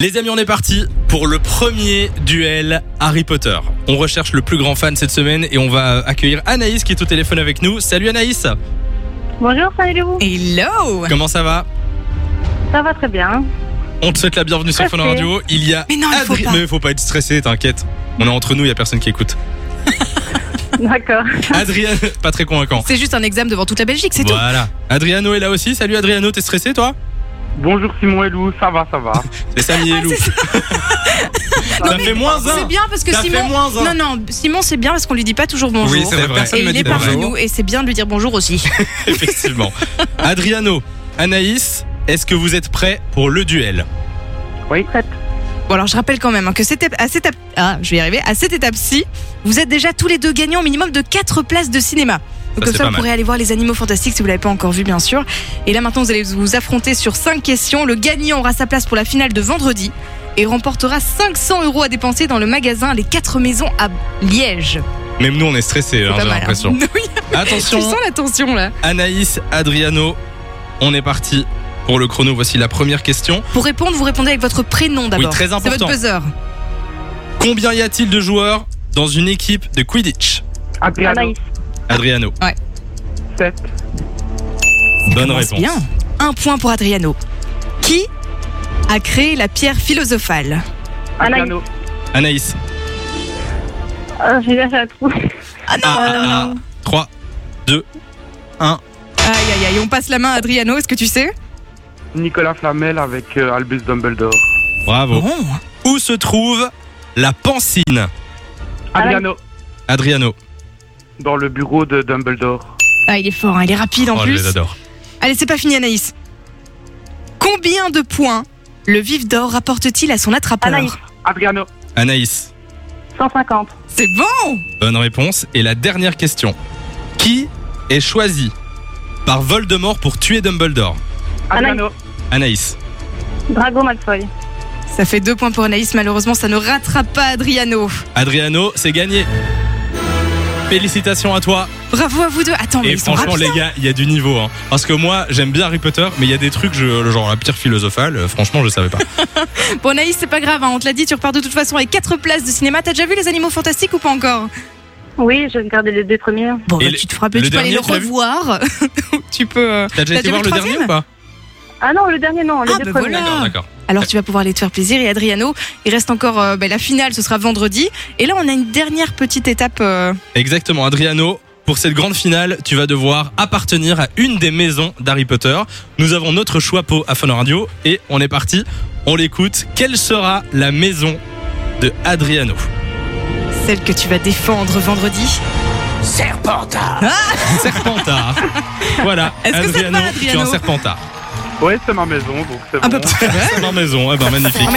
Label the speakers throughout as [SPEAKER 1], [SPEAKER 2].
[SPEAKER 1] Les amis, on est parti pour le premier duel Harry Potter. On recherche le plus grand fan cette semaine et on va accueillir Anaïs qui est au téléphone avec nous. Salut Anaïs,
[SPEAKER 2] Bonjour, salut
[SPEAKER 3] Hello
[SPEAKER 1] comment ça va
[SPEAKER 2] Ça va très bien. hein
[SPEAKER 1] On te souhaite la bienvenue sur Fun
[SPEAKER 2] Parfait.
[SPEAKER 1] Radio. Il y a
[SPEAKER 3] Mais non, il faut
[SPEAKER 1] Adri-
[SPEAKER 3] pas.
[SPEAKER 1] Mais faut pas être stressé, t'inquiète. On est entre nous, il y a personne qui écoute.
[SPEAKER 2] D'accord.
[SPEAKER 1] Adrien, pas très convaincant.
[SPEAKER 3] C'est juste un examen devant toute la Belgique, c'est
[SPEAKER 1] Voilà. Adriano est là aussi. Salut Adriano, t'es stressé toi
[SPEAKER 4] Bonjour Simon et Lou, ça va, ça va.
[SPEAKER 1] C'est Samy et
[SPEAKER 3] Ah,
[SPEAKER 1] Lou.
[SPEAKER 3] c'est
[SPEAKER 1] Ça fait moins
[SPEAKER 3] tout. C'est
[SPEAKER 1] un.
[SPEAKER 3] bien parce que
[SPEAKER 1] Ça fait
[SPEAKER 3] Simon.
[SPEAKER 1] moins un.
[SPEAKER 3] Non, non, Simon, c'est bien parce qu'on lui dit pas toujours bonjour.
[SPEAKER 1] Oui, c'est vrai. Personne
[SPEAKER 3] Et
[SPEAKER 1] me
[SPEAKER 3] il
[SPEAKER 1] dit
[SPEAKER 3] est parmi
[SPEAKER 1] bonjour.
[SPEAKER 3] nous et c'est bien de lui dire bonjour aussi.
[SPEAKER 1] Effectivement. Adriano, Anaïs, est-ce que vous êtes prêts pour le duel
[SPEAKER 2] Prête.
[SPEAKER 3] Bon, alors je rappelle quand même hein, que c'était à cette étape. Ah, je vais y arriver. À cette étape-ci, vous êtes déjà tous les deux gagnants au minimum de 4 places de cinéma.
[SPEAKER 1] Ça,
[SPEAKER 3] Donc, comme
[SPEAKER 1] c'est
[SPEAKER 3] ça,
[SPEAKER 1] pas
[SPEAKER 3] vous
[SPEAKER 1] mal.
[SPEAKER 3] pourrez aller voir les animaux fantastiques si vous l'avez pas encore vu, bien sûr. Et là, maintenant, vous allez vous affronter sur 5 questions. Le gagnant aura sa place pour la finale de vendredi et remportera 500 euros à dépenser dans le magasin Les 4 Maisons à Liège.
[SPEAKER 1] Même nous, on est stressé,
[SPEAKER 3] C'est
[SPEAKER 1] hein,
[SPEAKER 3] pas
[SPEAKER 1] j'ai
[SPEAKER 3] mal. hein.
[SPEAKER 1] l'impression.
[SPEAKER 3] Oui,
[SPEAKER 1] Attention,
[SPEAKER 3] tu sens la tension là.
[SPEAKER 1] Anaïs, Adriano, on est parti pour le chrono. Voici la première question.
[SPEAKER 3] Pour répondre, vous répondez avec votre prénom d'abord.
[SPEAKER 1] Oui, très
[SPEAKER 3] C'est votre
[SPEAKER 1] important.
[SPEAKER 3] buzzer.
[SPEAKER 1] Combien y a-t-il de joueurs dans une équipe de Quidditch
[SPEAKER 4] Adriano,
[SPEAKER 2] Anaïs,
[SPEAKER 1] Adriano,
[SPEAKER 4] 7.
[SPEAKER 1] bonne
[SPEAKER 3] Commence
[SPEAKER 1] réponse.
[SPEAKER 3] Bien. Un point pour Adriano. Qui a créé la pierre philosophale
[SPEAKER 2] Anaïs,
[SPEAKER 4] Adriano,
[SPEAKER 1] Anaïs,
[SPEAKER 2] euh, j'ai déjà un trou.
[SPEAKER 3] Ah non
[SPEAKER 1] Ah, ah, ah. 3,
[SPEAKER 3] Aïe aïe aïe, on passe la main à Adriano, est-ce que tu sais
[SPEAKER 4] Nicolas Flamel avec euh, Albus Dumbledore.
[SPEAKER 1] bravo.
[SPEAKER 3] Oh.
[SPEAKER 1] Où se trouve la pancine
[SPEAKER 4] Adriano,
[SPEAKER 1] Adriano,
[SPEAKER 4] dans le bureau de Dumbledore.
[SPEAKER 3] Ah, il est fort, hein, il est rapide en
[SPEAKER 1] oh, je
[SPEAKER 3] plus.
[SPEAKER 1] les adore.
[SPEAKER 3] Allez, c'est pas fini Anaïs. Combien de points le vif d'or rapporte-t-il à son attrapeur
[SPEAKER 2] Anaïs.
[SPEAKER 4] Adriano,
[SPEAKER 1] Anaïs,
[SPEAKER 2] 150.
[SPEAKER 3] C'est bon
[SPEAKER 1] bonne réponse. Et la dernière question. Qui est choisi par Voldemort pour tuer Dumbledore
[SPEAKER 4] Adriano,
[SPEAKER 1] Anaïs,
[SPEAKER 2] Drago Malfoy.
[SPEAKER 3] Ça fait deux points pour Anaïs, malheureusement ça ne rattrape pas Adriano.
[SPEAKER 1] Adriano, c'est gagné. Félicitations à toi.
[SPEAKER 3] Bravo à vous deux. Attends, mais
[SPEAKER 1] Et
[SPEAKER 3] ils sont
[SPEAKER 1] franchement,
[SPEAKER 3] rapides.
[SPEAKER 1] les gars, il y a du niveau. Hein. Parce que moi, j'aime bien Harry Potter, mais il y a des trucs, je, le genre la pierre philosophale, euh, franchement, je savais pas.
[SPEAKER 3] Bon Anaïs, c'est pas grave, hein, on te l'a dit, tu repars de toute façon avec 4 places de cinéma. T'as déjà vu les animaux fantastiques ou pas encore
[SPEAKER 2] Oui, j'ai regardé les deux premiers.
[SPEAKER 3] Bon,
[SPEAKER 1] Et
[SPEAKER 3] bah,
[SPEAKER 1] le-
[SPEAKER 3] tu te frappes, tu
[SPEAKER 1] le
[SPEAKER 3] peux aller
[SPEAKER 1] dernier,
[SPEAKER 3] le
[SPEAKER 1] tu l'as vu
[SPEAKER 3] revoir. tu peux. euh,
[SPEAKER 1] T'as déjà
[SPEAKER 3] T'as
[SPEAKER 1] été
[SPEAKER 3] déjà
[SPEAKER 1] voir le dernier
[SPEAKER 3] vu le troisième
[SPEAKER 1] ou pas
[SPEAKER 2] Ah non, le dernier, non, les
[SPEAKER 3] Ah,
[SPEAKER 2] deux
[SPEAKER 3] bah
[SPEAKER 2] premiers.
[SPEAKER 3] voilà.
[SPEAKER 1] D'accord, d'accord.
[SPEAKER 3] Alors tu vas pouvoir aller te faire plaisir. Et Adriano, il reste encore euh, bah, la finale, ce sera vendredi. Et là, on a une dernière petite étape. euh,
[SPEAKER 1] Exactement, Adriano. Pour cette grande finale, tu vas devoir appartenir à une des maisons d'Harry Potter. Nous avons notre choix pot à Fun Radio et on est parti. On l'écoute. Quelle sera la maison de Adriano
[SPEAKER 3] Celle que tu vas défendre vendredi.
[SPEAKER 1] Serpentard. voilà.
[SPEAKER 3] Est-ce que ça te
[SPEAKER 1] Adriano, tu
[SPEAKER 3] va,
[SPEAKER 1] es un
[SPEAKER 3] Adriano
[SPEAKER 1] serpentard.
[SPEAKER 4] ouais, c'est ma maison, donc c'est
[SPEAKER 3] Ah
[SPEAKER 4] bon.
[SPEAKER 3] bah,
[SPEAKER 1] C'est ma maison. Eh ben, magnifique.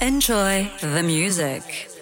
[SPEAKER 5] Enjoy the music.